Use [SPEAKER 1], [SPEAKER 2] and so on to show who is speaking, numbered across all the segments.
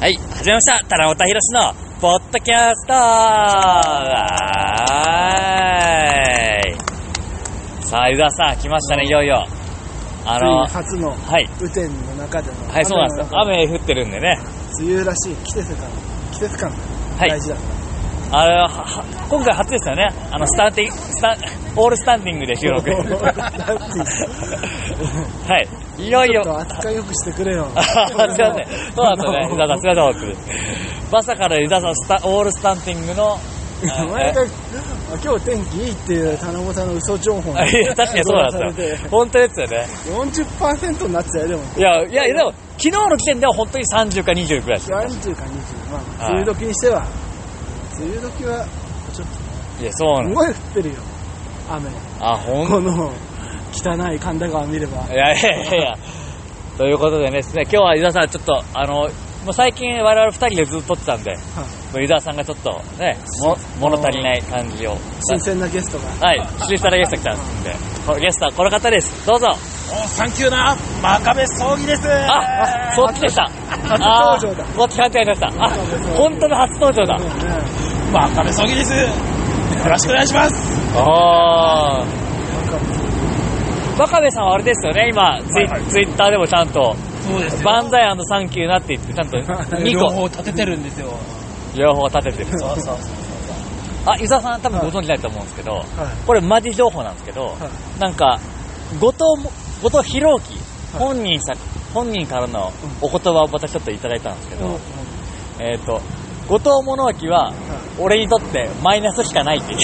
[SPEAKER 1] はい、始めました。田中宏の、ポッドキャストはーい。さあ、湯田さん、来ましたね、
[SPEAKER 2] うん
[SPEAKER 1] いよいよ。あの、
[SPEAKER 2] ついに初の
[SPEAKER 1] はい、
[SPEAKER 2] 雨天の中での
[SPEAKER 1] はい、そうなんですよ。
[SPEAKER 2] 雨
[SPEAKER 1] 雨降ってるんでね。
[SPEAKER 2] 梅雨らしい季節感季節感
[SPEAKER 1] はい
[SPEAKER 2] 大事だか
[SPEAKER 1] あの、はは今回初ですよね。あの、スタンティング、スタン、オールスタンディングで収録。
[SPEAKER 2] ら、
[SPEAKER 1] はい、いよい
[SPEAKER 2] ちょ
[SPEAKER 1] よ
[SPEAKER 2] っ。と扱いよくしてくれよ
[SPEAKER 1] あはは すいません。そうなん ですよね。湯田さん、すいません、本当に。まさかの湯田さん、スタオールスタンディングの、
[SPEAKER 2] お前があ今日天気いいっていう田中さんの嘘情報
[SPEAKER 1] あいや 確かにそうなんですよ。本当ですよね。
[SPEAKER 2] 40%になってたよでも
[SPEAKER 1] いや、いや、でも、昨日の時点では本当に30か20くらいですよ。
[SPEAKER 2] 40か20まあ
[SPEAKER 1] はい
[SPEAKER 2] 梅雨時にしては梅雨時はちょっと
[SPEAKER 1] いや、そうな
[SPEAKER 2] す
[SPEAKER 1] の。
[SPEAKER 2] ごい降ってるよ雨
[SPEAKER 1] あ、ほん
[SPEAKER 2] この汚い神田川見れば
[SPEAKER 1] いやいやいやいや。ということでね、今日は伊沢さん、ちょっと、あの、もう最近我々二人でずっと撮ってたんで、もう伊沢さんがちょっとね、も物足りない感じを。
[SPEAKER 2] 新鮮なゲストが
[SPEAKER 1] はい、シューターゲスト来たんで、このゲストはこの方です。どうぞ。
[SPEAKER 3] おサンキューな真壁葬儀です
[SPEAKER 1] あ、 そっちでした。
[SPEAKER 2] 初登場だ
[SPEAKER 1] あーこっち勘違いしました。あ、本当の初登場だ。
[SPEAKER 2] ね
[SPEAKER 3] 真壁葬儀ですよろしくお願いします
[SPEAKER 1] ああ。
[SPEAKER 2] なんか
[SPEAKER 1] 真壁さんはあれですよね、今ツイ、
[SPEAKER 3] はいはい
[SPEAKER 1] ツイッターでもちゃんと、
[SPEAKER 3] そうで
[SPEAKER 1] 万歳サンキューなって言って、ちゃんと 2
[SPEAKER 3] 両
[SPEAKER 1] 個、
[SPEAKER 3] 方立ててるんですよ
[SPEAKER 1] 両方立ててる。
[SPEAKER 3] そうそうそう
[SPEAKER 1] あ、伊沢さん、多分ご存知ないと思うんですけど、
[SPEAKER 2] はい
[SPEAKER 1] これ、マジ情報なんですけど、なんか、後藤も、後藤弘樹、本人さ、本人からのお言葉をまたちょっといただいたんですけど、えっ、と、後藤物置は、俺にとってマイナスしかないっ ていう。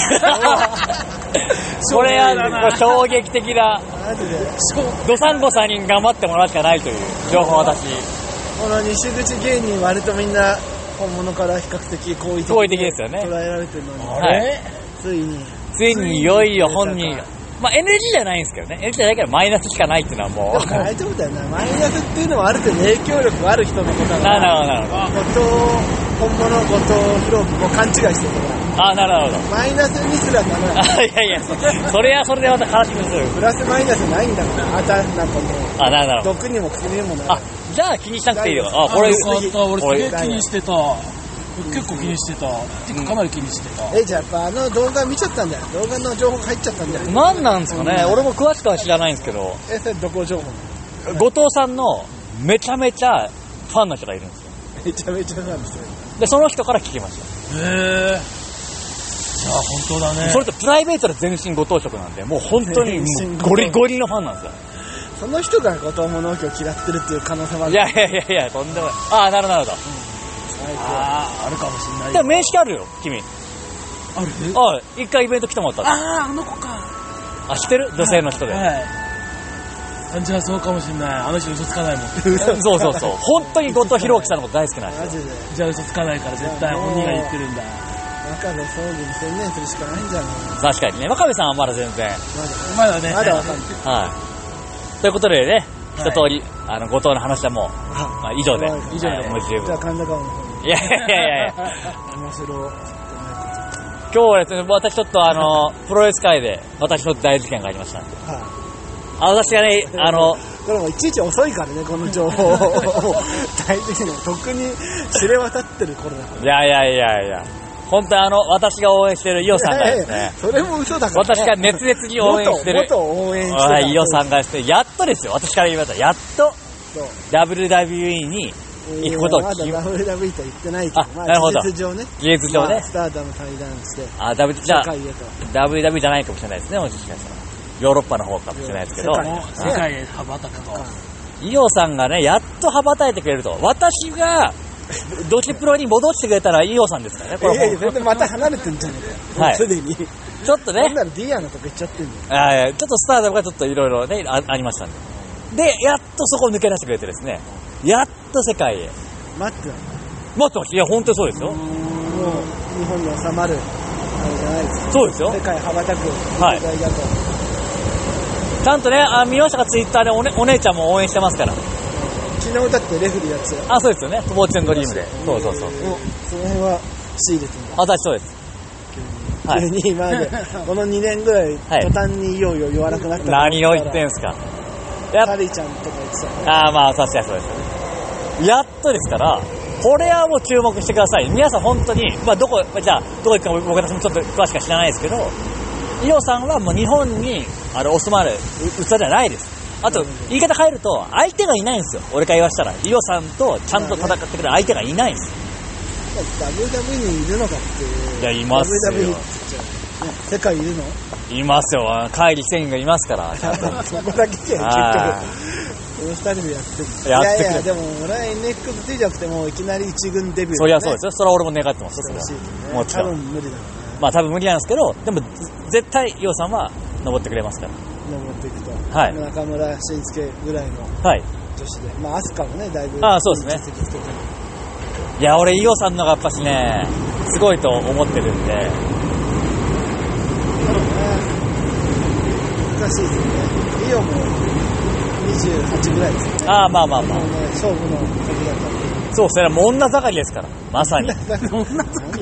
[SPEAKER 1] これは衝撃的な、
[SPEAKER 2] マジで
[SPEAKER 1] ドサンゴさんに頑張ってもらうしかないという情報を私、
[SPEAKER 2] この西口芸人割とみんな本物から比較的好意的
[SPEAKER 1] 好意的ですよね
[SPEAKER 2] 捉えられてるのに
[SPEAKER 3] あれ
[SPEAKER 2] ついに
[SPEAKER 1] ついにいよいよ本人が、まあ NG じゃないんですけどね、NG じゃないけどマイナスしかないっていうのはも
[SPEAKER 2] でも大丈夫だよなマイナスっていうのはある程度影響力がある人のことだ
[SPEAKER 1] う、
[SPEAKER 2] か
[SPEAKER 1] な
[SPEAKER 2] ら
[SPEAKER 1] るほど、なるほ
[SPEAKER 2] 後藤本物後藤弘樹も勘違いしてるか
[SPEAKER 1] ど。あ、なるほど。
[SPEAKER 2] らマイナスにすらならない
[SPEAKER 1] あ、いやいや、そそれはそれでまた悲しみする。
[SPEAKER 2] プラスマイナスないんだからあたなんかもう
[SPEAKER 1] あ、なるほどなるほど。
[SPEAKER 2] 毒にも薬にもな
[SPEAKER 1] あ
[SPEAKER 2] る、
[SPEAKER 1] じゃあ気にしなくていいのか。あ、これ
[SPEAKER 3] よ、かった俺
[SPEAKER 1] これ
[SPEAKER 3] すげえ気にしてた結構気にしてたてかかなり気にしてた
[SPEAKER 2] えじゃあやっぱあの動画見ちゃったんだよ動画の情報入っちゃったんだよ
[SPEAKER 1] 何なんですかね、俺も詳しくは知らないんですけど、
[SPEAKER 2] えそれどこ情報
[SPEAKER 1] 後藤さんのめちゃめちゃファンの人がいるんですよ。
[SPEAKER 2] めちゃめちゃなんですよ
[SPEAKER 1] で、その人から聞きました。
[SPEAKER 3] へえじゃあ本当だね
[SPEAKER 1] それとプライベートで全身後藤色なんで、もう本当にも
[SPEAKER 2] 全身
[SPEAKER 1] う
[SPEAKER 2] 後藤
[SPEAKER 1] ゴリゴリのファンなんですよ。
[SPEAKER 2] その人が後藤物置を嫌ってるっていう可能性もあ
[SPEAKER 1] い
[SPEAKER 2] る
[SPEAKER 1] やいやいやいや、とんでもない。ああ、なるほどなるほ
[SPEAKER 3] あああるかもしんな
[SPEAKER 1] ど。
[SPEAKER 3] い
[SPEAKER 1] でも名刺あるよ、君。
[SPEAKER 3] ある
[SPEAKER 1] ああ、一回イベント来てもらった。
[SPEAKER 3] あーあの子か
[SPEAKER 1] あ、知ってる女性の人で。
[SPEAKER 3] はいあじゃあそうかもしんないあの人嘘つかないもん
[SPEAKER 1] そうそう そう。本当に後藤弘樹さんのこと大好きなんですよ
[SPEAKER 2] マジで
[SPEAKER 3] じゃあ嘘つかないから絶対本人が言ってるんだ
[SPEAKER 2] 中で葬儀に専念するしかないんじゃない
[SPEAKER 1] 確かにね、真壁さんはまだ全然。
[SPEAKER 3] お前はね
[SPEAKER 2] まだわかんない
[SPEAKER 1] はい。ということでね、一
[SPEAKER 3] はい
[SPEAKER 1] 通り、あの、後藤の話はもう、まあ、以上で。
[SPEAKER 2] はい
[SPEAKER 3] 以上で
[SPEAKER 1] はいもう十
[SPEAKER 2] じゃあ
[SPEAKER 1] 分。
[SPEAKER 2] 神田川の方に
[SPEAKER 1] いやいやいやい や
[SPEAKER 2] 面白
[SPEAKER 1] 今日はですね、私ちょっとあの、プロレス界で、私の大事件がありました。
[SPEAKER 2] は
[SPEAKER 1] あ、私がね、あの、
[SPEAKER 2] いこれもういちいち遅いからねこの情報を大事にとっくに知れ渡ってる頃だか
[SPEAKER 1] いやいやいやいや、本当にあの、私が応援してるイオさん
[SPEAKER 2] ら、
[SPEAKER 1] がですね
[SPEAKER 2] それも嘘だから、
[SPEAKER 1] 私が熱烈に応援してる
[SPEAKER 2] 元元応援してた
[SPEAKER 1] はい、イオさんがして、やっとですよ、私から言いました。やっと、
[SPEAKER 2] そう
[SPEAKER 1] WWE に行くことを
[SPEAKER 2] まだ
[SPEAKER 1] 決め、
[SPEAKER 2] WWE とは言ってないけど
[SPEAKER 1] あ
[SPEAKER 2] まあ
[SPEAKER 1] なるほど
[SPEAKER 2] 事実上ね
[SPEAKER 1] 芸術上
[SPEAKER 2] ま
[SPEAKER 1] ね
[SPEAKER 2] あ、スターダム対談して
[SPEAKER 1] あ、W、じ
[SPEAKER 2] 世
[SPEAKER 1] ゃあ、
[SPEAKER 2] 界へと
[SPEAKER 1] WW じゃないかもしれないですね、もしかしたら。ヨーロッパの方かもしれないですけど
[SPEAKER 2] 世、界
[SPEAKER 3] もう世界へ羽ばたくと
[SPEAKER 1] イオさんがね、やっと羽ばたいてくれると。私が、ドチプロに戻してくれたらイオさんですからね、こ
[SPEAKER 2] い
[SPEAKER 1] れ
[SPEAKER 2] やいや
[SPEAKER 1] も
[SPEAKER 2] 全然また離れてんじゃねえかよ
[SPEAKER 1] はい
[SPEAKER 2] すでにそ
[SPEAKER 1] う。ちょっとね
[SPEAKER 2] ん、なのディアのとこ行っちゃってんの
[SPEAKER 1] あーちょっとスターダムがちょっといろいろねあ、ありましたんで。で、やっとそこを抜け出してくれてですね、やっと世界へ。
[SPEAKER 2] 待ってたの
[SPEAKER 1] もっといや、本当にそうですよ。
[SPEAKER 2] もう日本に収まるあれじゃないですか
[SPEAKER 1] そうですよ
[SPEAKER 2] 世。界羽ばたく
[SPEAKER 1] はい
[SPEAKER 2] 時代だと、
[SPEAKER 1] ちゃんとね、あ見ましたか、ツイッターでお,、ね、お姉ちゃんも応援してますから。
[SPEAKER 2] 昨日だってレフェリーやってたよ
[SPEAKER 1] あ、そうですよね。スポーツドリームで。そうそうそう。
[SPEAKER 2] もうその辺は仕入れてんだ
[SPEAKER 1] 私そうです。はい
[SPEAKER 2] 急に今ま でこの2年ぐらい
[SPEAKER 1] はい
[SPEAKER 2] 途端にいよいよ弱らくなったと思ったら
[SPEAKER 1] 何を言ってんすか。やっ
[SPEAKER 2] サリーちゃんとか言ってたよね
[SPEAKER 1] ああまあ、確かにそうですよね。やっとですから、これはもう注目してください。皆さん本当に、まあどこ、じゃあ、どこ行くか僕私もちょっと詳しくは知らないですけど、伊代さんはもう日本に、あの、お住まわれる器じゃないです。あと、言い方変えると、相手がいないんですよ。俺から言わしたら。伊代さんとちゃんと戦ってくれる相手がいないんです。
[SPEAKER 2] WWE にいるのかっていう。
[SPEAKER 1] いやいますよ
[SPEAKER 2] WWE って言っちゃう。ね、世界いるの
[SPEAKER 1] いますよ。カイリセインがいますから。
[SPEAKER 2] そこだけじゃ
[SPEAKER 1] あ
[SPEAKER 2] ん
[SPEAKER 1] ー
[SPEAKER 2] 結局この二人でやってる
[SPEAKER 1] やってく
[SPEAKER 2] いやいやでも俺は NXT じゃなくてもういきなり一軍デビュー、ね、
[SPEAKER 1] そりゃそうですよ。それは俺も願ってます
[SPEAKER 2] して
[SPEAKER 1] よ
[SPEAKER 2] ほしい
[SPEAKER 1] それ
[SPEAKER 2] よ
[SPEAKER 1] は
[SPEAKER 2] ね
[SPEAKER 1] もちろん。
[SPEAKER 2] 多分無理だろう
[SPEAKER 1] まあ多分無理なんですけど、でも絶対伊代さんは登ってくれますから。
[SPEAKER 2] ね登っていくと、
[SPEAKER 1] はい
[SPEAKER 2] 中村俊輔ぐらいの
[SPEAKER 1] はい。
[SPEAKER 2] 女子でまあ飛鳥もねだいぶ
[SPEAKER 1] あーそうですね
[SPEAKER 2] 実績つけてる
[SPEAKER 1] いや、俺、伊代さんのがやっぱしね、すごいと思ってるんで、
[SPEAKER 2] だろうね難しいですよねリオも28ぐらいですよね
[SPEAKER 1] ああ、まあまあま
[SPEAKER 2] もう
[SPEAKER 1] あ、
[SPEAKER 2] ね勝負の時だったん で
[SPEAKER 1] そう、それはもう女盛りですから、まさ に。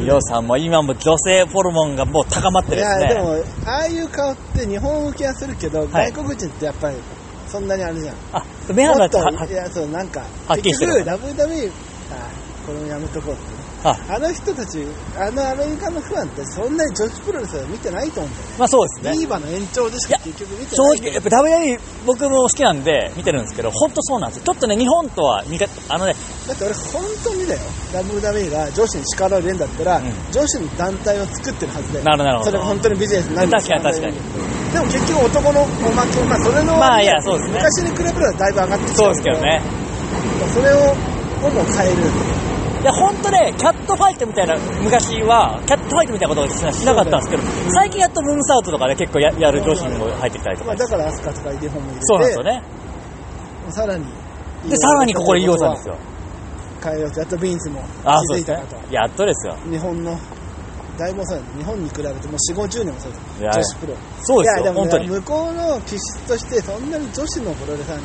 [SPEAKER 1] 伊代さんも今も女性ホルモンがもう高まってる
[SPEAKER 2] い
[SPEAKER 1] で
[SPEAKER 2] や
[SPEAKER 1] す
[SPEAKER 2] で
[SPEAKER 1] ね。
[SPEAKER 2] もああいう顔って日本向きはするけど、
[SPEAKER 1] はい
[SPEAKER 2] 外国人ってやっぱりそんなにあれじゃん
[SPEAKER 1] あ、目
[SPEAKER 2] も
[SPEAKER 1] 鼻
[SPEAKER 2] っと
[SPEAKER 1] は、
[SPEAKER 2] いやそうなんか
[SPEAKER 1] はっきりしてる
[SPEAKER 2] 結局 WWE あこれもやめとこうってね
[SPEAKER 1] あ、
[SPEAKER 2] あの人たちあのアメリカのファンってそんなに女子プロレスは見てないと思うんだよ
[SPEAKER 1] まあそうです
[SPEAKER 2] ね
[SPEAKER 1] ね。
[SPEAKER 2] リーバの延長でし
[SPEAKER 1] いや
[SPEAKER 2] か結局見て
[SPEAKER 1] 正
[SPEAKER 2] ない
[SPEAKER 1] 直、やっぱ WWE 僕も好きなんで見てるんですけど、ほんとそうなんですよ。ちょっとね、日本とは見方、あのね、
[SPEAKER 2] だって俺本当にだよ WWE が女子に力を入れるんだったら、
[SPEAKER 1] うん
[SPEAKER 2] 女子の団体を作ってるはずだよ
[SPEAKER 1] なるほどなるほど
[SPEAKER 2] それが本当にビジネスになる
[SPEAKER 1] 確かに確かに
[SPEAKER 2] でも結局男のおまけまあそれの割には
[SPEAKER 1] まあいやそうですね
[SPEAKER 2] 昔に比べればだいぶ上がってきて
[SPEAKER 1] そうですけどね。
[SPEAKER 2] それをほぼ変える
[SPEAKER 1] いや、ほんとね、キャットファイトみたいな、昔は、キャットファイトみたいなことをしなしなかったんですけど、最近やっとムーンサウトとかね、結構ややる女子にも入ってきたりと
[SPEAKER 2] ま
[SPEAKER 1] か
[SPEAKER 2] あ、だからアスカとかイデホンも入れて
[SPEAKER 1] そうなんですよね。
[SPEAKER 2] さらに
[SPEAKER 1] で、さらにここで伊代さんですよ。
[SPEAKER 2] 変えようとやっとビンスも
[SPEAKER 1] ああ、
[SPEAKER 2] 気
[SPEAKER 1] そう
[SPEAKER 2] づ
[SPEAKER 1] で
[SPEAKER 2] い
[SPEAKER 1] す
[SPEAKER 2] た
[SPEAKER 1] ね
[SPEAKER 2] かと、。
[SPEAKER 1] やっとですよ。
[SPEAKER 2] 日本のだいぶ遅い日本に比べてもう4 5 0年遅いです
[SPEAKER 1] いや
[SPEAKER 2] 女子プロ
[SPEAKER 1] そうです
[SPEAKER 2] いやで
[SPEAKER 1] よ、
[SPEAKER 2] も
[SPEAKER 1] 本
[SPEAKER 2] ね
[SPEAKER 1] 当に。
[SPEAKER 2] 向こうの気質としてそんなに女子のプロレスはね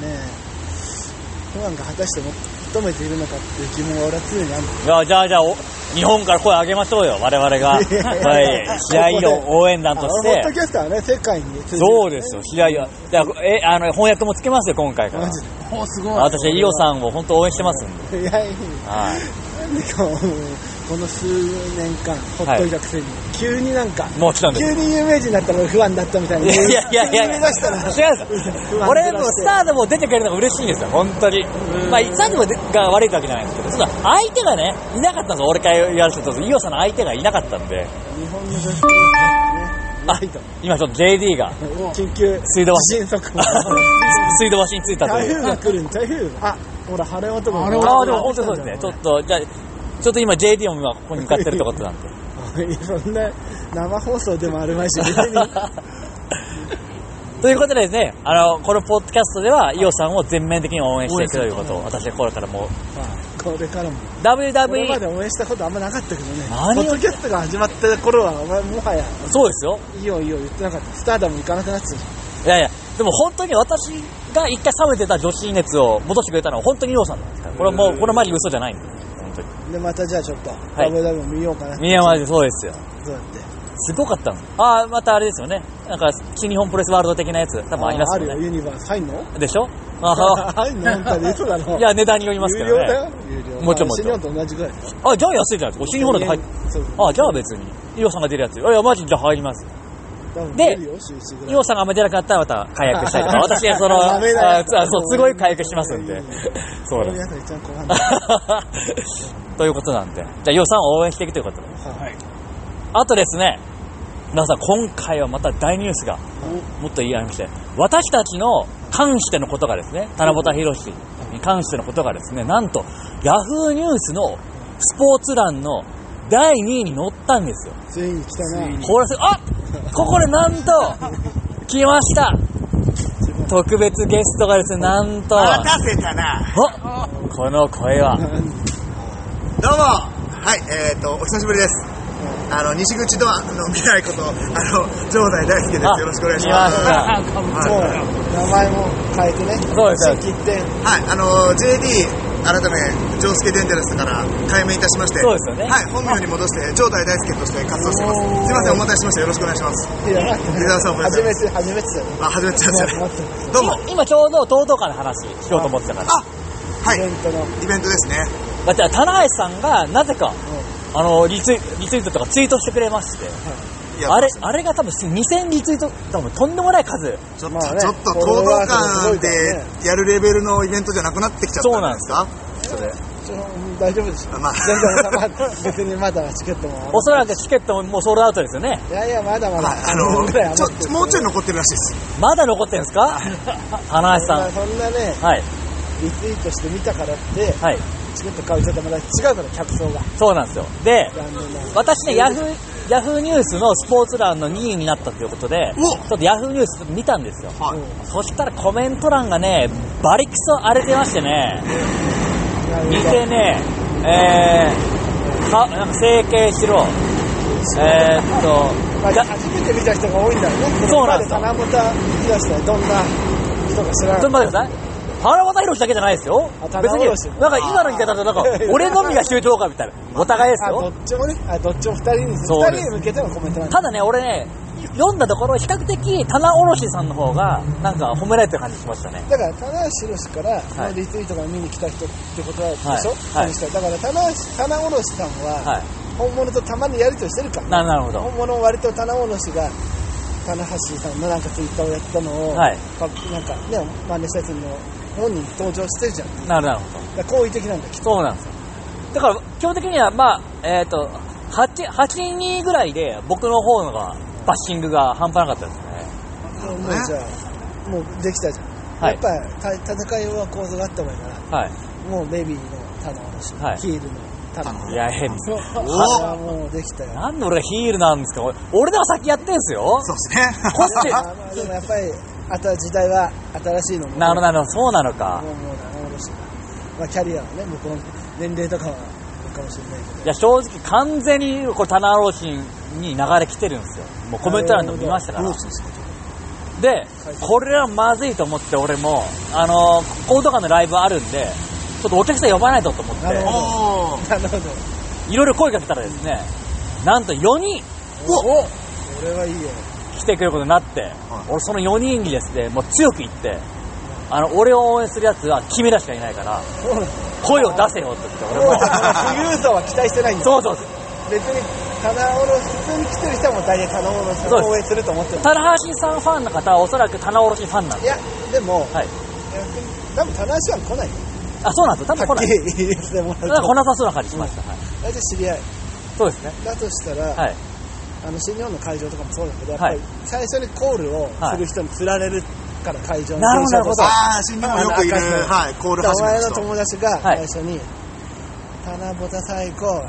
[SPEAKER 2] ファンが果たして求めているのかっていう疑問は俺は常にある
[SPEAKER 1] いやじゃあ、じゃあ、お日本から声上げましょうよ、我々が。 はい
[SPEAKER 2] いやいや
[SPEAKER 1] い、試合を応援団とし
[SPEAKER 2] あのポッド
[SPEAKER 1] て。
[SPEAKER 2] キャストはね世界に通じる
[SPEAKER 1] そうですよ、試合を。だからえ、あの、翻訳もつけますよ、今回から
[SPEAKER 2] マ。ジで
[SPEAKER 3] おーすごい。
[SPEAKER 1] 私は伊代さんを本当応援してますんで。
[SPEAKER 2] いやいや
[SPEAKER 1] はい。
[SPEAKER 2] なんでかもうこの数年間ほっといたくせに、急になんか
[SPEAKER 1] もう来たんです
[SPEAKER 2] 急に有名人になったら俺不安だったみたい
[SPEAKER 1] い
[SPEAKER 2] な
[SPEAKER 1] やいやいやいや、
[SPEAKER 2] 急
[SPEAKER 1] 違う
[SPEAKER 2] に目
[SPEAKER 1] んで
[SPEAKER 2] 指
[SPEAKER 1] す
[SPEAKER 2] したら
[SPEAKER 1] よ。俺もスターでも出てくれるのが嬉しいんですよ、本当に。まあ、いつでもが悪いわけじゃないんですけど、その相手がね、いなかったんですよ、俺から言われてたと、伊代さんの相手がいなかったんで。
[SPEAKER 2] 日本の女子プロレスはね
[SPEAKER 1] あ
[SPEAKER 2] ないと、
[SPEAKER 1] 今ちょっと JD が、
[SPEAKER 2] 緊急
[SPEAKER 1] 水道
[SPEAKER 2] 地震速報
[SPEAKER 1] 水道橋に着いたと
[SPEAKER 2] 台
[SPEAKER 1] いう
[SPEAKER 2] 風。が来るん台風あほら晴れ男
[SPEAKER 3] 晴れ
[SPEAKER 1] あ
[SPEAKER 3] 男
[SPEAKER 1] あ、でも本当にそうですね。ちょっと、じゃあ、ちょっと今 JD も今ここに向かってるってことなんで。
[SPEAKER 2] とそんな生放送でもあるまいし別に
[SPEAKER 1] ということでですね、あの、このポッドキャストでは、イオさんを全面的に応援していくということを、私はこれからもう、
[SPEAKER 2] まあこれからもこれま
[SPEAKER 1] WWE、
[SPEAKER 2] で応援したことあんまなかったけどね
[SPEAKER 1] 何
[SPEAKER 2] ポッドキャストが始まった頃はお前もはや
[SPEAKER 1] そうですよ。
[SPEAKER 2] いいよいいよ言ってなかったスターダム行かなくなってたじ
[SPEAKER 1] いやいや、でも本当に私が一回冷めてた女子熱を戻してくれたのは本当にイオさんなんですから、これはもう、これまで嘘じゃないんです。本当に。
[SPEAKER 2] ゃんでまたじゃあちょっと
[SPEAKER 1] い
[SPEAKER 2] WW 見ようかなって
[SPEAKER 1] 宮山でそうですよ。
[SPEAKER 2] そうやって
[SPEAKER 1] すごかったの。ああ、またあれですよね。なんか、新日本プロレスワールド的なやつ、多分あります
[SPEAKER 2] あ
[SPEAKER 1] よ
[SPEAKER 2] る
[SPEAKER 1] ね。
[SPEAKER 2] よユニバース入んの
[SPEAKER 1] でしょ あ あ
[SPEAKER 2] 入んの本当に嘘だろ
[SPEAKER 1] いや、値段によりますけ
[SPEAKER 2] 有
[SPEAKER 1] ど
[SPEAKER 2] 料
[SPEAKER 1] ね
[SPEAKER 2] だ。よ有料
[SPEAKER 1] もちろんも
[SPEAKER 2] まあ
[SPEAKER 1] ちろ
[SPEAKER 2] 新日
[SPEAKER 1] ん
[SPEAKER 2] 本と同じぐらい
[SPEAKER 1] あ、じゃあ安いじゃないですか。新日本で入って。
[SPEAKER 2] そう
[SPEAKER 1] あ、じゃあ別に。イオさんが出るやつ。いや、マジじゃあ入ります。
[SPEAKER 2] 多分
[SPEAKER 1] で
[SPEAKER 2] 出るよ週一ぐら
[SPEAKER 1] イ
[SPEAKER 2] い
[SPEAKER 1] オさんがあんま出なくなったらまた解約した りとか。私がその、
[SPEAKER 2] ダメだよ
[SPEAKER 1] あつあそう、都合よく解約しますんで。そうなんで
[SPEAKER 2] 皆
[SPEAKER 1] す。
[SPEAKER 2] さん一番後半だ
[SPEAKER 1] ということなんで。じゃあイオさんを応援していくということで。
[SPEAKER 3] はい。
[SPEAKER 1] あとですね、皆さん今回はまた大ニュースが、もっと言い合いまして、私たちの関してのことがですね、田中博士に関してのことがですね、なんと、ヤフーニュースのスポーツ欄の第2位に載ったんですよ。
[SPEAKER 2] ついに来たな
[SPEAKER 1] これすあここでなんと来ました特別ゲストがですねなんと
[SPEAKER 4] 待たせたな。
[SPEAKER 1] おこの声は
[SPEAKER 4] どうも。はい、えっ、と、お久しぶりです。あの、西口ドアの未来こと、あの、城内大輔です。
[SPEAKER 1] あ
[SPEAKER 4] よろしくお願いします。
[SPEAKER 1] 来ました
[SPEAKER 4] は
[SPEAKER 3] あ、かぶっちゃったよ。
[SPEAKER 2] 名前も変えて
[SPEAKER 1] そう
[SPEAKER 2] ね
[SPEAKER 1] ですそうです
[SPEAKER 2] 新規店
[SPEAKER 4] い、あの、JD、改め、城助デンタルスから改名いたしまして、
[SPEAKER 1] そうですよね
[SPEAKER 4] はい、本名に戻して、城内大輔として活動してます
[SPEAKER 2] おー。
[SPEAKER 4] すいません、お待たせしました。よろしくお願いします。
[SPEAKER 2] い や待って
[SPEAKER 4] 皆さんおめでと
[SPEAKER 2] 初
[SPEAKER 4] うござい
[SPEAKER 2] め
[SPEAKER 4] ま
[SPEAKER 2] て初めてだ よね
[SPEAKER 4] あ、始めちゃいました
[SPEAKER 2] 待って待って
[SPEAKER 4] ね。どうも。
[SPEAKER 1] 今ちょうど東道館の話しようと思ってたから
[SPEAKER 4] あ、は
[SPEAKER 2] イベン
[SPEAKER 4] い、
[SPEAKER 2] トの
[SPEAKER 4] イベントですね。
[SPEAKER 1] だって、棚橋さんが、なぜか、あの、リツイリツイートとかツイートしてくれまして、
[SPEAKER 4] いや
[SPEAKER 1] あれ、あれが多分2000リツイート、多分とんでもない数。
[SPEAKER 4] ちょっと、
[SPEAKER 2] まあね
[SPEAKER 4] ちょっと、行動感でやるレベルのイベントじゃなくなってきちゃったんですかそれ。
[SPEAKER 2] ちょうん大丈夫でしょ
[SPEAKER 4] まあ
[SPEAKER 2] 全然まだ別にまだチケットも
[SPEAKER 1] おそらくチケットももうソールドアウトですよね。
[SPEAKER 2] いやいやまだま
[SPEAKER 4] ま
[SPEAKER 2] だ
[SPEAKER 4] あ、あ
[SPEAKER 2] 半分ぐらい
[SPEAKER 4] の、ち
[SPEAKER 2] 余
[SPEAKER 4] ょ
[SPEAKER 2] ってる、
[SPEAKER 4] もうちょい残ってるらしいです。
[SPEAKER 1] まだ残ってるんです か棚橋さん。
[SPEAKER 2] そんなね
[SPEAKER 1] はい。
[SPEAKER 2] リツイートして見たからって
[SPEAKER 1] はい。
[SPEAKER 2] チケット買う人とまだ違うから客層が
[SPEAKER 1] そうなんですよ。で、
[SPEAKER 2] 残念ながら
[SPEAKER 1] 私ね、ヤフー、ヤフーニュースのスポーツ欄の2位になったということで、
[SPEAKER 4] お
[SPEAKER 1] ちょっとヤフーニュース見たんですよ。
[SPEAKER 4] は
[SPEAKER 2] うん
[SPEAKER 4] い。
[SPEAKER 1] そしたらコメント欄がね、バリクソ荒れてましてね、
[SPEAKER 2] なる
[SPEAKER 1] 見
[SPEAKER 2] ほど
[SPEAKER 1] てね、えー、かなんか整形しろ、えー、っと、
[SPEAKER 2] まあ
[SPEAKER 1] が
[SPEAKER 2] 初めて見た人が多いんだろうね
[SPEAKER 1] そうなんですよ
[SPEAKER 2] この前で棚本引き出してどんな人か知ら
[SPEAKER 1] ちょっと
[SPEAKER 2] な
[SPEAKER 1] 待っ
[SPEAKER 2] い
[SPEAKER 1] てください。原本博士だけじゃないですよ
[SPEAKER 2] あ。棚
[SPEAKER 1] 別
[SPEAKER 2] 卸
[SPEAKER 1] に、なんか今の言い方だと、なんか、俺のみが集長かみたいな。お互いです
[SPEAKER 2] あど
[SPEAKER 1] よ。
[SPEAKER 2] っちもねあどっちも二人に
[SPEAKER 1] そう
[SPEAKER 2] 二
[SPEAKER 1] です
[SPEAKER 2] 人に向けてのコメントなんだ
[SPEAKER 1] ただね、俺ね、読んだところ、比較的、棚卸さんの方が、なんか褒められてる感じしましたね。
[SPEAKER 2] だから棚橋宏からこ
[SPEAKER 1] は
[SPEAKER 2] の
[SPEAKER 1] い
[SPEAKER 2] リツイートが見に来た人ってことでしょ、
[SPEAKER 1] はい
[SPEAKER 2] この人だから棚橋棚卸さんは
[SPEAKER 1] は
[SPEAKER 2] 本物とたまにやり取りしてるから、
[SPEAKER 1] い。ななるほど。
[SPEAKER 2] 本物を割と棚卸が棚橋さんのなんかツイッターをやったのを、
[SPEAKER 1] はい
[SPEAKER 2] かなんかね真似したやつの本人登場してるじゃんだ
[SPEAKER 1] な
[SPEAKER 2] か
[SPEAKER 1] るなるほど。
[SPEAKER 2] ら好意的なんだきっ
[SPEAKER 1] そうなんですよ。だから、基本的には、まあ、えっ、と、8、8人ぐらいで、僕の方のが、バッシングが半端なかったですね。
[SPEAKER 2] ともうじゃあもうできたじゃん、
[SPEAKER 1] はい
[SPEAKER 2] やっぱた戦いは構造があった方がいいから
[SPEAKER 1] はい。
[SPEAKER 2] もうベビーの棚卸、
[SPEAKER 1] はい
[SPEAKER 2] ヒールの棚卸
[SPEAKER 1] いや、変
[SPEAKER 2] そうあれはもうできたよ
[SPEAKER 1] なんで俺がヒールなんですか俺俺らが先やってんすよ。
[SPEAKER 4] そうですね。
[SPEAKER 1] こっち
[SPEAKER 2] あまあ でもやっぱりあとは時代は新しいの も
[SPEAKER 1] なるほどなるほど、そうなのか。
[SPEAKER 2] もうもう棚卸だまあキャリアはね向こうの年齢とかはあるかもしれないけど
[SPEAKER 1] いや、正直完全に、これ、棚卸に流れ来てるんですよ。もうコメント欄でも見ましたから。で、これはまずいと思って、俺も、あの、こことかのライブあるんで、ちょっとお客さん呼ばないとと思って、
[SPEAKER 2] なるほ
[SPEAKER 4] お ー。
[SPEAKER 2] なるほど
[SPEAKER 1] いろいろ声かけたらですね、なんと4人
[SPEAKER 2] おこれはいいよ
[SPEAKER 1] 来てくれることになって、俺その4人にですね、もう強く言って、あの、俺を応援するやつは君らしかいないから、
[SPEAKER 2] そうなんだ
[SPEAKER 1] 声を出せよって言って、俺
[SPEAKER 2] もう
[SPEAKER 1] も
[SPEAKER 2] だ。から富裕層は期待してないんだ
[SPEAKER 1] そうそうそう。
[SPEAKER 2] 別に棚卸普通に来てる人はもう大体棚卸さんを応援すると思ってる
[SPEAKER 1] 棚橋さんファンの方はおそらく棚卸ファンなん
[SPEAKER 2] い
[SPEAKER 1] で。
[SPEAKER 2] やでも
[SPEAKER 1] はい。
[SPEAKER 2] 逆に多分棚卸は来ないよ
[SPEAKER 1] あ、そうなんですよ。多分
[SPEAKER 2] は
[SPEAKER 1] 来
[SPEAKER 2] っ
[SPEAKER 1] な
[SPEAKER 2] き
[SPEAKER 1] い。
[SPEAKER 2] り言ってもらう
[SPEAKER 1] た
[SPEAKER 2] と
[SPEAKER 1] だ来なさそうな感じしました。はい。
[SPEAKER 2] 大体知り合い
[SPEAKER 1] そうですね。
[SPEAKER 2] だとしたら、
[SPEAKER 1] はい。
[SPEAKER 2] あの新日本の会場とかもそうだけど、やっぱ
[SPEAKER 1] はい
[SPEAKER 2] り最初にコールをする人に釣られるから会場に
[SPEAKER 1] なるほどなるほど
[SPEAKER 4] あー、新日本よくいる、
[SPEAKER 2] あの赤い人
[SPEAKER 4] はい、コール
[SPEAKER 2] だからお
[SPEAKER 4] 始め
[SPEAKER 2] 前
[SPEAKER 4] る
[SPEAKER 2] の
[SPEAKER 4] 人。
[SPEAKER 2] 友達が
[SPEAKER 1] は
[SPEAKER 2] 最
[SPEAKER 1] い
[SPEAKER 2] 初に「棚ぼた最高」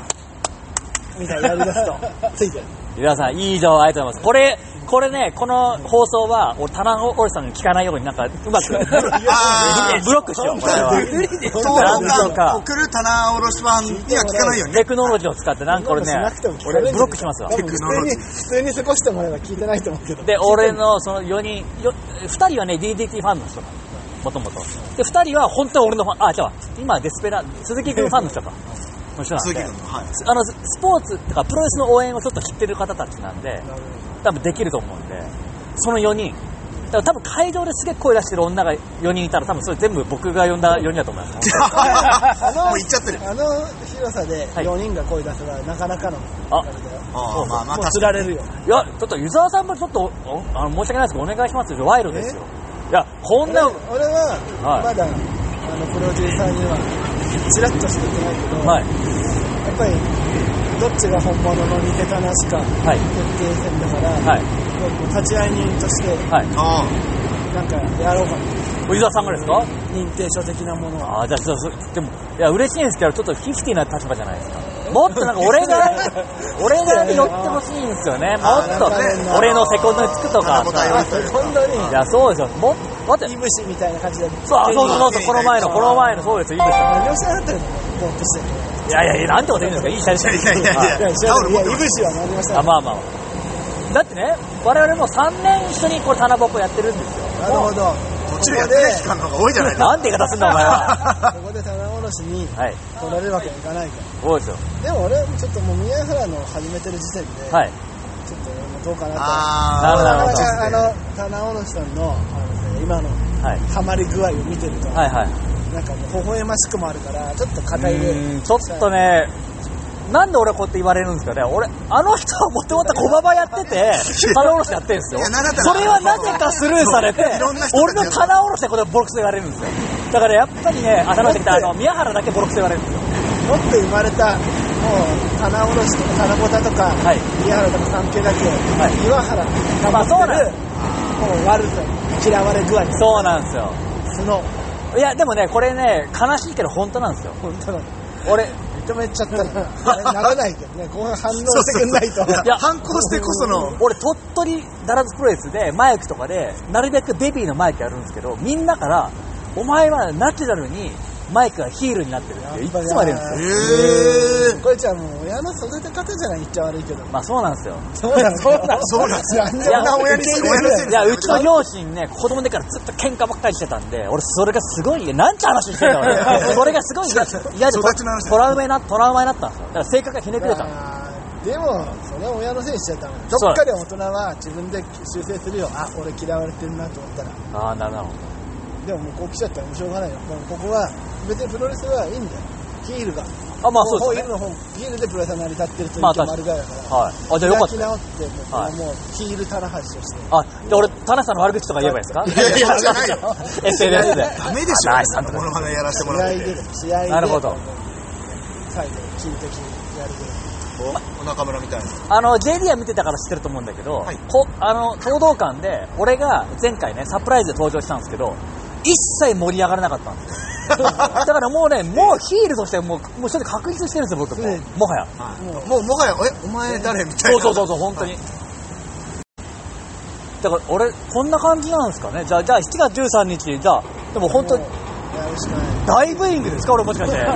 [SPEAKER 2] みたいなやりだすと ついてる
[SPEAKER 1] 皆さん、いい情報ありがとうございます。これ、これね、この放送は、俺、棚卸さんに聞かないように、なんか、うまく、
[SPEAKER 4] あー
[SPEAKER 1] ブロックしよう、これは。
[SPEAKER 4] そう
[SPEAKER 1] なんと
[SPEAKER 4] か
[SPEAKER 1] か
[SPEAKER 4] 送る棚卸し版には聞かないよね。
[SPEAKER 1] テクノロジーを使って、なんか俺ね
[SPEAKER 2] そんなのしなくても聞、かれる
[SPEAKER 1] 俺、ブロックしますわ
[SPEAKER 2] 多。分
[SPEAKER 4] テ
[SPEAKER 2] 普
[SPEAKER 4] クノロ
[SPEAKER 2] 通
[SPEAKER 4] ジ
[SPEAKER 2] に
[SPEAKER 4] ー
[SPEAKER 2] 普通に過ごしてもらえば聞いてないと思うけど
[SPEAKER 1] で、俺の、その4人、2人はね、DDT ファンの人か。もともと。で、2人は本当は俺のファン、あ、違うわ今、デスペラ、鈴木君ファンの人か。の人なん
[SPEAKER 4] 鈴木
[SPEAKER 1] で
[SPEAKER 4] 君。の、はい。
[SPEAKER 1] すあの、ススポーツとかプロレスの応援をちょっと知ってる方たちなんで、
[SPEAKER 2] なるほど
[SPEAKER 1] 多分できると思うんで、その4人。だから多分会場ですげえ声出してる女が4人いたら、多分それ全部僕が呼んだ4人だと思います。
[SPEAKER 2] の
[SPEAKER 4] もう行っちゃってる。
[SPEAKER 2] あの広さで
[SPEAKER 1] はい
[SPEAKER 2] 4人が声出せばなかなかの
[SPEAKER 1] あ
[SPEAKER 2] れだよ
[SPEAKER 4] あーまあまあ、
[SPEAKER 2] もう
[SPEAKER 4] 確
[SPEAKER 2] 釣
[SPEAKER 4] からに。
[SPEAKER 2] れるよ
[SPEAKER 1] いや、ちょっと湯沢さんもちょっと、おあの申し訳ないですけど、お願いしますよ。賄賂ですよ。いや、こん
[SPEAKER 2] 俺
[SPEAKER 1] な、
[SPEAKER 2] 俺は
[SPEAKER 1] はい
[SPEAKER 2] まだあのプロデューサーにはちらっとしか言ってないけど
[SPEAKER 1] はい、
[SPEAKER 2] やっぱりどっちが本物の似てたなしか
[SPEAKER 1] はい、
[SPEAKER 2] 決定戦だから、
[SPEAKER 1] はい、
[SPEAKER 2] もう立ち会い人として
[SPEAKER 1] はい。
[SPEAKER 4] あ
[SPEAKER 2] なんかやろうかな
[SPEAKER 1] 湯沢さんがですか
[SPEAKER 2] 認定書的なもの
[SPEAKER 1] あ
[SPEAKER 2] は
[SPEAKER 1] あ、じゃあ、そうそうでも、いや、嬉しいんですけど、ちょっとフィフティな立場じゃないですか。もっとなんか俺が、俺が寄ってほしいんですよね。も
[SPEAKER 4] あ
[SPEAKER 1] っと
[SPEAKER 2] なるほどね、
[SPEAKER 1] 俺のセコンドにつくとか
[SPEAKER 4] なるほど。
[SPEAKER 2] あ本当に
[SPEAKER 1] いや、そうですよ。もっと、待って
[SPEAKER 2] い、ぶしみたいな感じで
[SPEAKER 1] そう、あそうそうそう、この前の、この前の、そうですよ、いいですよ。
[SPEAKER 2] 何をしなかったのぼーっとして
[SPEAKER 1] いやいやいや、なんてこと言うんですか、いい試合で
[SPEAKER 4] い
[SPEAKER 1] すよ
[SPEAKER 4] やいやいやいや
[SPEAKER 1] はい
[SPEAKER 2] いや知ら
[SPEAKER 4] タオ
[SPEAKER 2] な
[SPEAKER 4] ル
[SPEAKER 2] い
[SPEAKER 4] 持って
[SPEAKER 2] いやいぶしはなりました
[SPEAKER 1] あ、まあまあまあ。だってね、我々も3年一緒にこう、棚ぼっこやってるんですよ。
[SPEAKER 2] なるほど
[SPEAKER 4] あ、こっちでやってない期間の方が多いじゃないですか。
[SPEAKER 1] なんて言い方すんだ、お前は。
[SPEAKER 2] ここで棚卸しに
[SPEAKER 1] はい、
[SPEAKER 2] 来られるわけにいかないか
[SPEAKER 1] そうですよ。
[SPEAKER 2] らでも俺はちょっともう宮原の始めてる時点で、
[SPEAKER 1] はい。
[SPEAKER 2] ちょっと俺もどうか
[SPEAKER 1] な
[SPEAKER 2] なと
[SPEAKER 1] る
[SPEAKER 4] あ
[SPEAKER 1] ほど
[SPEAKER 2] なかなかあの棚卸しさんのあの今の
[SPEAKER 1] はい。
[SPEAKER 2] ハマり具合を見てると、
[SPEAKER 1] はいはい。
[SPEAKER 2] なんかもう微笑ましくもあるからちょっと硬い
[SPEAKER 1] うんちょっとね、なんで俺こうやって言われるんですかね、俺、あの人はもともと駒場やって て、棚卸しやってるんですよ
[SPEAKER 4] いやなかっ、たら
[SPEAKER 1] それはなぜかスルーされて
[SPEAKER 4] そういろんな人たち、が
[SPEAKER 1] 俺の棚卸しのことをボロクソ言われるんですよ、だからやっぱりね、あのたあの宮原だけボロクソ言われるんですよ、
[SPEAKER 2] もっと生まれたもう棚卸しとか棚ぼたとか、
[SPEAKER 1] はい
[SPEAKER 2] 宮原とか三家だけ、
[SPEAKER 1] い
[SPEAKER 2] 岩原って
[SPEAKER 1] まあそうなん
[SPEAKER 2] るもう悪さ嫌われ具合
[SPEAKER 1] そうなんですよ、
[SPEAKER 2] その
[SPEAKER 1] いや、でもね、これね、悲しいけど、本当なんですよ、
[SPEAKER 2] 本当なの
[SPEAKER 1] 俺、
[SPEAKER 2] 認めちゃったらあれならないけどね後半反応してくんないと
[SPEAKER 4] そうそうそうい
[SPEAKER 1] いや
[SPEAKER 4] や反抗してこその
[SPEAKER 1] 俺鳥取ダラズプロレスでマイクとかでなるべくベビーのマイクやるんですけどみんなから「お前はナチュラルにマイクがヒールになってる」っていつも言われるんですよ
[SPEAKER 4] え
[SPEAKER 2] これちゃんもう親の育て方じゃない言っちゃ悪いけど
[SPEAKER 1] まあそうなんですよ
[SPEAKER 2] そうなんそうなん
[SPEAKER 4] そうなん
[SPEAKER 2] ですよ
[SPEAKER 1] いや
[SPEAKER 4] そんな親にする親のせいにする
[SPEAKER 1] いやうちの両親ね子供の時からずっと喧嘩ばっかりしてたんで俺それがすごいなんちゃ話してんだ 俺それがすごい嫌で嫌で
[SPEAKER 4] 育ちの話
[SPEAKER 1] トラウマになトラウマになったんですよだから性格がひねくれたんです
[SPEAKER 2] でもそれは親のせいにしちゃダメ
[SPEAKER 1] そ
[SPEAKER 2] ど
[SPEAKER 1] う
[SPEAKER 2] っかで大人は自分で修正するよあ俺嫌われてるなと思ったら
[SPEAKER 1] ああなるほど
[SPEAKER 2] でももうこう来ちゃったらもうしょうがないよもうここは別にプロレスはいいんだよヒールが
[SPEAKER 1] あまあそうです
[SPEAKER 2] ヒ
[SPEAKER 1] ね
[SPEAKER 2] ールの方ヒールでプロレスが成り立ってるという
[SPEAKER 1] まあ
[SPEAKER 2] 意
[SPEAKER 1] 確
[SPEAKER 2] 見も
[SPEAKER 1] か
[SPEAKER 2] ある
[SPEAKER 1] に
[SPEAKER 2] ぐらいだから、
[SPEAKER 1] はいあじゃあよかった
[SPEAKER 2] 開き直ってもう,、
[SPEAKER 1] はい
[SPEAKER 2] もうヒール棚橋として
[SPEAKER 1] あ、で俺、田中さんの悪口とか言えばいいですか
[SPEAKER 4] いやいやじゃないよ
[SPEAKER 1] SNS で。
[SPEAKER 4] ダメでしょ
[SPEAKER 1] ナイスさんとか
[SPEAKER 4] モノマネやらせても
[SPEAKER 2] 試
[SPEAKER 4] ら
[SPEAKER 2] 合
[SPEAKER 4] っ
[SPEAKER 2] で
[SPEAKER 4] て
[SPEAKER 2] 試合で
[SPEAKER 1] なるほど
[SPEAKER 2] 最後ヒール的にやるぐらい
[SPEAKER 4] お中村みたいな
[SPEAKER 1] あの、J リーは見てたから知ってると思うんだけど、
[SPEAKER 4] はい
[SPEAKER 1] こあの、東道館で、俺が前回ね、サプライズで登場したんですけど、一切盛り上がらなかったんですよ。だからもうね、もうヒールとしてもう、もうちょっと確立してるんですよ、僕も
[SPEAKER 2] うん。
[SPEAKER 1] もはや。
[SPEAKER 2] もう
[SPEAKER 4] もうもはやえお前誰みたい
[SPEAKER 1] そう
[SPEAKER 4] な
[SPEAKER 1] そうそうそう、本当に。だから俺、こんな感じなんですかね。じゃあ、じゃあ7月13日、じゃあ、でも本当に
[SPEAKER 2] もうやるしかない
[SPEAKER 1] 大ブーイングですか俺もしかして。
[SPEAKER 4] いやいや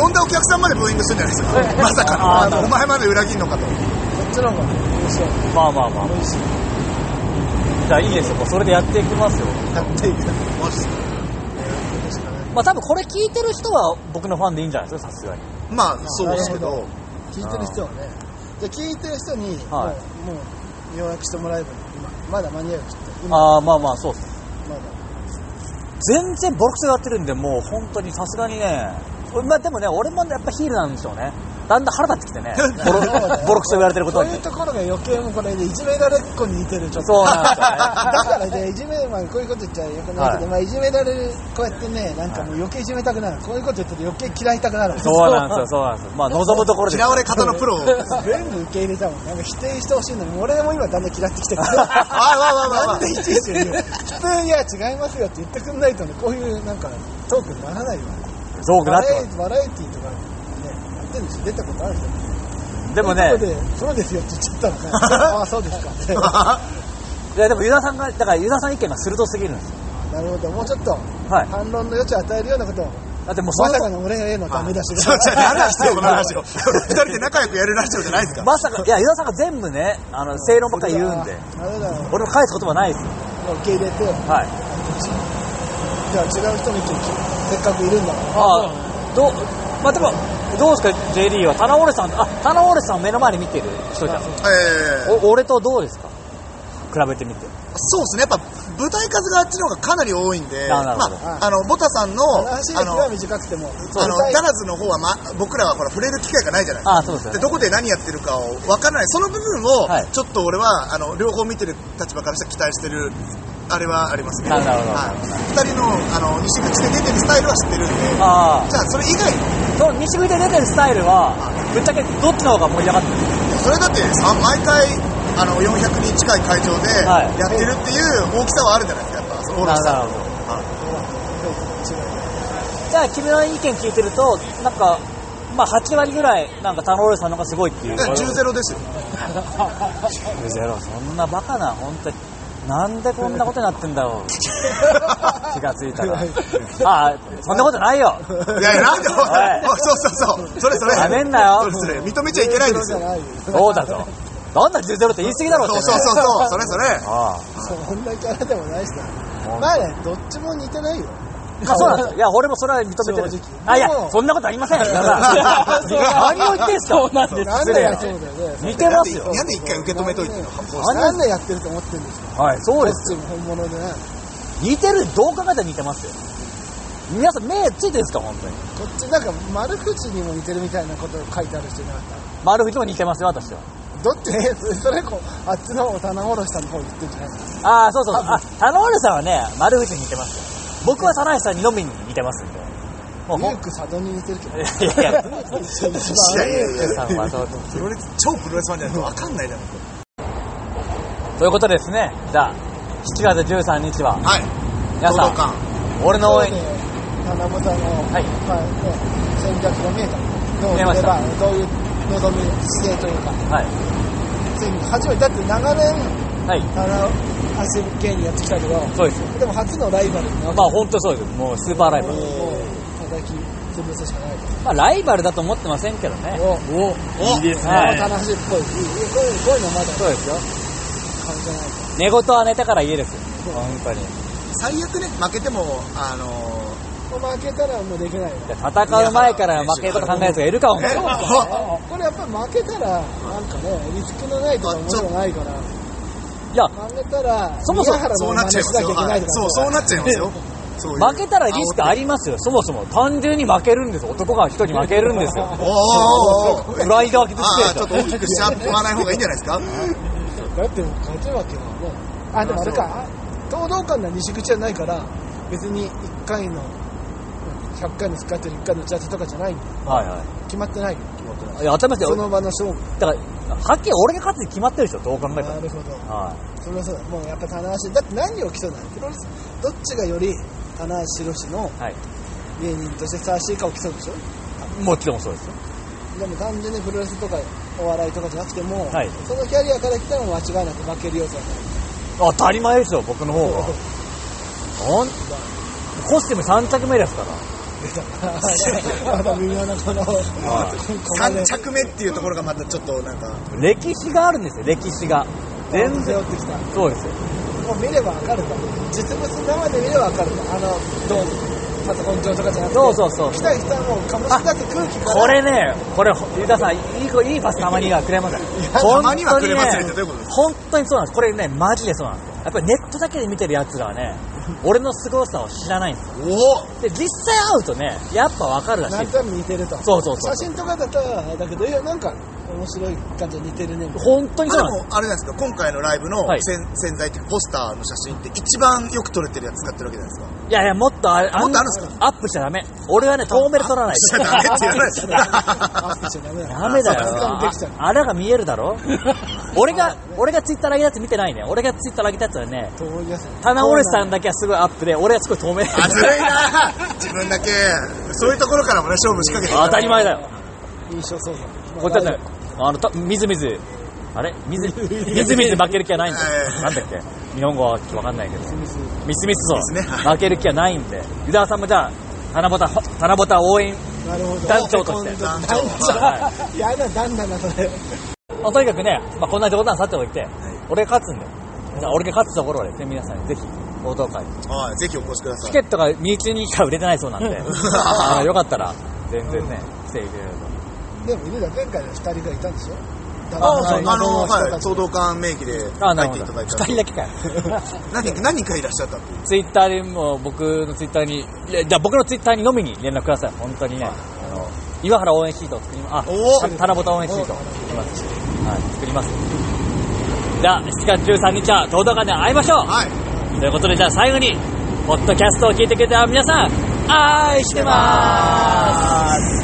[SPEAKER 4] 呼んだお客さんまでブーイングするんじゃないですかまさ
[SPEAKER 1] あ
[SPEAKER 4] かのお前まで裏切んのかと
[SPEAKER 2] こっちの方が面白い
[SPEAKER 1] まあまあまあ。
[SPEAKER 2] 美味しい
[SPEAKER 1] じゃあいいですよ。もうそれでやっていきますよ。
[SPEAKER 2] やっていくだけ
[SPEAKER 4] マジっすか
[SPEAKER 2] しかない
[SPEAKER 1] まあ多分これ聞いてる人は僕のファンでいいんじゃないですか、さすがに。
[SPEAKER 4] まあそうですけ
[SPEAKER 2] なる
[SPEAKER 4] ど
[SPEAKER 2] 聞いてる人はねじゃあ聞いてる人に、
[SPEAKER 1] は
[SPEAKER 2] もうもう予約してもらえば今まだ間に合うきっと今
[SPEAKER 1] ああ、まあまあ、そうっす。
[SPEAKER 2] まだ
[SPEAKER 1] 全然ボロクソやってるんで、もう本当にさすがにね。まあでもね、俺もやっぱヒールなんでしょうね。だんだん腹立ってきてね。ボロ ボロクソ言われてること
[SPEAKER 2] そう
[SPEAKER 1] に
[SPEAKER 2] いう。ところが余計もうこれでいじめられっ子に似てるちょっと
[SPEAKER 1] そうなんですよね
[SPEAKER 2] だからねいじめまあこういうこと言っちゃよくないけど、
[SPEAKER 1] はい
[SPEAKER 2] い、まあいじめられるこうやってねなんかもう余計いじめたくなるこういうこと言ってると余計嫌いたくなる
[SPEAKER 1] そうなんですよ、そうなんですよ。まあ望むところです。
[SPEAKER 4] 嫌われ方のプロを
[SPEAKER 2] 全部受け入れたもんなんか否定してほしいのに俺も今だんだん嫌ってきてる
[SPEAKER 4] あわわわわ
[SPEAKER 2] なんでいちいち言うよ普通いや違いますよって言ってくんないとねこういうなんかトークにならないわ
[SPEAKER 1] そうくな
[SPEAKER 2] バ
[SPEAKER 1] って
[SPEAKER 2] ラ
[SPEAKER 1] ま
[SPEAKER 2] エ
[SPEAKER 1] す
[SPEAKER 2] バラエティーとかねやってるでしょ出たことある人
[SPEAKER 1] でも
[SPEAKER 2] そ
[SPEAKER 1] ね
[SPEAKER 2] う、いうとこでそうですよって言っちゃったのねああそうですかって
[SPEAKER 1] いやでもユダさんが、だからユダさん意見が鋭すぎるんですよ。
[SPEAKER 2] なるほどもうちょっと
[SPEAKER 1] はい。
[SPEAKER 2] 反論の余地を与えるようなことを
[SPEAKER 1] だってもうそ
[SPEAKER 2] ま
[SPEAKER 1] の
[SPEAKER 2] さかの俺へのダメ出し
[SPEAKER 4] そ
[SPEAKER 2] が
[SPEAKER 4] うじゃあ何なんですよこのラジオ二人で仲良くやるラジオじゃないですか
[SPEAKER 1] まさか、いや、ユダさんが全部ね、あの、正論ばっかり言うんで。
[SPEAKER 2] なるほど
[SPEAKER 1] 俺も返す言葉ないですよ。
[SPEAKER 2] 受け入れて
[SPEAKER 1] はい。
[SPEAKER 2] じゃあ違う人の意見聞くせっかくいるんだから
[SPEAKER 1] あどう、まあ、でも、どうですか、J リーは、田中さん、あ、田中さんを目の前に見てる人じゃん。
[SPEAKER 4] ええ
[SPEAKER 1] お俺とどうですか比べてみて。
[SPEAKER 4] そうですねやっぱ舞台数があっちの方がかなり多いんで
[SPEAKER 1] あ
[SPEAKER 4] ま
[SPEAKER 1] なるほど
[SPEAKER 4] ああのボタさんのあ
[SPEAKER 2] 話が
[SPEAKER 4] の
[SPEAKER 2] 短くてもそう
[SPEAKER 4] あのダラズの方は、ま、僕らはほら触れる機会がないじゃないですか
[SPEAKER 1] あそうですよ
[SPEAKER 4] で
[SPEAKER 1] ね。
[SPEAKER 4] どこで何やってるかを分からない、その部分を
[SPEAKER 1] はい
[SPEAKER 4] ちょっと俺はあの両方見てる立場からして期待してる、あれはありますね、
[SPEAKER 1] なるほど
[SPEAKER 4] はい二人のあの西口で出てるスタイルは知ってるんで、じゃあ
[SPEAKER 1] あ
[SPEAKER 4] それ以外、
[SPEAKER 1] あ、その西口で出てるスタイルは、ぶっちゃけどっちの方が盛り上がってる
[SPEAKER 4] それだってさ毎回あの400人近い会場で
[SPEAKER 1] はい
[SPEAKER 4] やってるっていう大きさはあるんじゃないですか、やっぱ、そのオーラスさ
[SPEAKER 1] な
[SPEAKER 4] んの
[SPEAKER 1] るほ
[SPEAKER 4] は
[SPEAKER 1] じゃあ、君の意見聞いてると、なんか、まあ、8割ぐらい、なんか、田中さんの方がすごいっていう。
[SPEAKER 4] いだから10ゼ ロですよ、
[SPEAKER 1] 10ゼロそんなバカな、本当に。なんでこんなことになってんだろう。 気がついたら。ああ、そんなことないよ。
[SPEAKER 4] いやいや、なんで、おい
[SPEAKER 1] はい
[SPEAKER 4] おいそうそうそう、それそれ、
[SPEAKER 1] やめんなよ
[SPEAKER 4] それそれ、認めちゃいけないんで すよ、
[SPEAKER 1] そうだぞ。なんだ10ゼロって言い過ぎだろって、
[SPEAKER 4] そ
[SPEAKER 1] ね。
[SPEAKER 4] うそうそうそう、それそれ。
[SPEAKER 1] あ
[SPEAKER 2] そんなキャラでもないしな
[SPEAKER 1] あ。
[SPEAKER 2] まあねどっちも似てないよ
[SPEAKER 1] まあ、そうなんですよ。いや、俺もそれは認めてる
[SPEAKER 2] 正直。
[SPEAKER 1] あ、いや
[SPEAKER 2] で、も
[SPEAKER 1] そんなことありません。皆さん
[SPEAKER 2] そう
[SPEAKER 1] 何を言ってんすか。
[SPEAKER 3] そうなんです
[SPEAKER 2] なん
[SPEAKER 1] 失
[SPEAKER 2] で
[SPEAKER 1] 礼
[SPEAKER 2] や
[SPEAKER 1] な
[SPEAKER 2] そうだよね
[SPEAKER 1] 似てますよ。
[SPEAKER 4] なんで一回受け止めといてんの発砲して
[SPEAKER 2] 何でやってると思ってるんですか
[SPEAKER 1] はい、そう
[SPEAKER 2] こ
[SPEAKER 1] で
[SPEAKER 2] っ
[SPEAKER 1] す。
[SPEAKER 2] ちも本物でね
[SPEAKER 1] 似てる、どう考えたら似てますよ。皆さん目ついてるんですか本当に
[SPEAKER 2] こっちなんか丸藤にも似てるみたいなこと書いてある人いなかっ
[SPEAKER 1] 丸藤も似てますよ私は
[SPEAKER 2] たどっちねそれこあっちの棚卸さんの方言ってるじゃないですか
[SPEAKER 1] ああそうそうそうあ田之浦さんはね丸藤に似てますよ僕は田之浦さんにのみに似てますんでもうほ
[SPEAKER 2] ミ
[SPEAKER 1] ん
[SPEAKER 2] ューク佐渡に似てるけど
[SPEAKER 1] いやい や、
[SPEAKER 4] いやいやい
[SPEAKER 1] さ
[SPEAKER 4] や
[SPEAKER 1] んはそう
[SPEAKER 4] プロレ ス超プロレスファンじゃないと分かんないだろ
[SPEAKER 1] ということですね。じゃあ、7月13日は、
[SPEAKER 4] はい
[SPEAKER 1] 皆
[SPEAKER 4] 武道
[SPEAKER 1] さん、
[SPEAKER 4] 館
[SPEAKER 1] 俺の応援
[SPEAKER 2] で
[SPEAKER 1] に、
[SPEAKER 2] 棚本さんの、
[SPEAKER 1] はい
[SPEAKER 2] まあね、戦略が見えたどう
[SPEAKER 1] 見えまし
[SPEAKER 2] れ
[SPEAKER 1] た
[SPEAKER 2] ばどういう望み姿勢というか
[SPEAKER 1] はい、
[SPEAKER 2] ついに初めてだって長年
[SPEAKER 1] はい、
[SPEAKER 2] 棚橋芸人やってきたけど
[SPEAKER 1] そうですよ。
[SPEAKER 2] でも初のライバルなわけ
[SPEAKER 1] まあ本当そうです。もうスーパーライバル。
[SPEAKER 2] もう叩き潰すしかない
[SPEAKER 1] まあライバルだと思ってませんけどね。
[SPEAKER 2] お
[SPEAKER 3] おいいです
[SPEAKER 1] は
[SPEAKER 3] ね。
[SPEAKER 2] 棚橋っぽいいいこういうこういうのまだ
[SPEAKER 1] そうですよ。
[SPEAKER 2] 感じゃないか
[SPEAKER 1] 寝言は寝たから家ですよ。本当に。
[SPEAKER 4] 最悪ね負けてもあの
[SPEAKER 2] もう負けたらもうできないよ
[SPEAKER 1] じゃあ戦う前から負けること考えるやつがいるかも。
[SPEAKER 4] えあ
[SPEAKER 2] これやっぱり負けたらなんかねリスクのないとかもちろんないから
[SPEAKER 1] いや、
[SPEAKER 2] 負けたら
[SPEAKER 1] そもそも
[SPEAKER 2] 宮原
[SPEAKER 4] そ
[SPEAKER 2] の
[SPEAKER 4] うなっちゃいま
[SPEAKER 2] 真似しな
[SPEAKER 4] すよ
[SPEAKER 2] きゃいけないとか
[SPEAKER 4] そうそうなっちゃいますよそういう
[SPEAKER 1] 負けたらリスクありますよ。そもそも。単純に負けるんです。男が人に負けるんですよ。
[SPEAKER 4] おーおーおー
[SPEAKER 1] プライドは傷つける
[SPEAKER 4] ああ
[SPEAKER 1] と
[SPEAKER 4] ちょっと大きくしちゃわない方がいいんじゃない ですか
[SPEAKER 2] だって勝ち負けはもうあでもあれか東道館の西口じゃないから別に1回の100回の使ってる1回のジャッジとかじゃないんだ
[SPEAKER 1] はいは
[SPEAKER 2] 決まってないよ
[SPEAKER 1] い。いや、頭です
[SPEAKER 2] そ
[SPEAKER 1] よ。
[SPEAKER 2] の場の勝負
[SPEAKER 1] だから、はっきり俺が勝つに決まってるでしょ、どう考えた
[SPEAKER 2] なるほど
[SPEAKER 1] ら。はい。
[SPEAKER 2] それはそうだもうやっぱ棚橋だって何を競うのプロレスどっちがより棚橋宏の
[SPEAKER 1] はい。
[SPEAKER 2] 芸人としてふさわしいかを競うでしょ
[SPEAKER 1] もちろんそうですよ。
[SPEAKER 2] でも単純にプロレスとかお笑いとかじゃなくても、
[SPEAKER 1] はい
[SPEAKER 2] そのキャリアから来たら間違いなく負ける要素はない
[SPEAKER 1] 当たり前ですよ、僕の方が。ほんコスチューム3着目ですから。
[SPEAKER 2] まだ微妙なこの、
[SPEAKER 1] はい
[SPEAKER 4] 3着目っていうところがまたちょっとなんか
[SPEAKER 1] 歴史があるんですよ、歴史が。全
[SPEAKER 2] 全然
[SPEAKER 1] 然
[SPEAKER 2] 寄。ってきた。
[SPEAKER 1] そうですよ。
[SPEAKER 2] もう見ればわかると。実物生で見ればわかると。あの、どうパソコン上とかじゃなくて。
[SPEAKER 1] そうそうそう
[SPEAKER 2] 来。た人はもう醸し出す空気から。
[SPEAKER 1] これね、これ、ゆうたさん、いい子、いいパスたまにはくれません。
[SPEAKER 4] たまにはくれませんってどういうことです
[SPEAKER 1] 本当にそうなんです。これね、マジでそうなんですよ。やっぱりネットだけで見てる奴らは ね、俺の凄さを知らないんですよ。
[SPEAKER 4] おお
[SPEAKER 1] で、実際会うとね、やっぱわかるらしい
[SPEAKER 2] なん
[SPEAKER 1] です
[SPEAKER 2] となく似てると。
[SPEAKER 1] そうそうそう
[SPEAKER 2] 写真とかだとあれだけど、いや、なんか面白い感じで似てるね。
[SPEAKER 1] 本当にそう
[SPEAKER 4] で
[SPEAKER 1] なんです。
[SPEAKER 4] もあれなんですか今回のライブの
[SPEAKER 1] はい
[SPEAKER 4] 宣宣材っていうかポスターの写真って一番よく撮れてるやつ使ってるわけじゃないですか
[SPEAKER 1] いやいや、もっとあれ、
[SPEAKER 4] もっとあるんす
[SPEAKER 1] アップしちゃダメ。俺はね、遠目で撮らない
[SPEAKER 4] しちゃダ メって言わないです
[SPEAKER 2] アップしちゃダメだよ。
[SPEAKER 1] ダメだよ
[SPEAKER 4] あそう
[SPEAKER 2] かそうか。
[SPEAKER 1] あ穴が見えるだ ろ俺が、俺がツイッター上げたやつ見てないね。俺がツイッター上げたやつはね、
[SPEAKER 2] 遠いやつ。
[SPEAKER 1] 棚卸さんだけはすごいアップで、俺はすごい透明。
[SPEAKER 4] あずるいな自分だけそういうところからもね勝負仕掛けて
[SPEAKER 1] 当たり前だよ。
[SPEAKER 2] 印象操作。
[SPEAKER 1] こっちだったら、あの、たみずみず、あれみず、みずみず負ける気はないんだよ。
[SPEAKER 4] はい
[SPEAKER 1] なんだっけ日本語はわかんないけど。ミスミスそう
[SPEAKER 4] ですねはい
[SPEAKER 1] 負ける気はないんで。湯沢さんもじゃあ、花ぼた、花ぼた応援。
[SPEAKER 2] なるほど。
[SPEAKER 1] 団長として
[SPEAKER 2] 団
[SPEAKER 4] 団
[SPEAKER 2] 長。
[SPEAKER 4] 長
[SPEAKER 1] は
[SPEAKER 2] やだ、団だな、それ。
[SPEAKER 1] まあ、とにかくね、まあ、こんな冗談さっておいて、俺が勝つんで。じゃあ俺が勝つところをですね、皆さんぜひ、報道会に。
[SPEAKER 4] はいぜひお越しくださ
[SPEAKER 1] チ
[SPEAKER 4] い
[SPEAKER 1] ケットが身内にしか売れてないそうなん で、あのよかったら、全然ね、来ていただければ。
[SPEAKER 2] でも、犬が前回の2人がいたんでしょ
[SPEAKER 4] あそう
[SPEAKER 2] だ
[SPEAKER 4] あの
[SPEAKER 2] から
[SPEAKER 4] はい総動館名義で
[SPEAKER 1] あ、な
[SPEAKER 4] 入
[SPEAKER 1] る
[SPEAKER 4] って
[SPEAKER 1] ほ
[SPEAKER 4] いた
[SPEAKER 1] ど。
[SPEAKER 4] だい
[SPEAKER 1] 二
[SPEAKER 4] た
[SPEAKER 1] 人だけかよ。
[SPEAKER 4] 何人何人かいらっしゃったっていう
[SPEAKER 1] ツイッターでも、僕のツイッターに、いや、じゃあ僕のツイッターにのみに連絡ください。本当にね、あの、岩原応援シートを作ります。
[SPEAKER 4] お
[SPEAKER 1] あ、タラボタ応援シート作ります。はい、作ります。じゃあ、7月13日は、東道館で会いましょう
[SPEAKER 4] はい
[SPEAKER 1] ということで、じゃあ最後に、ポッドキャストを聞いてくれた皆さん、愛してます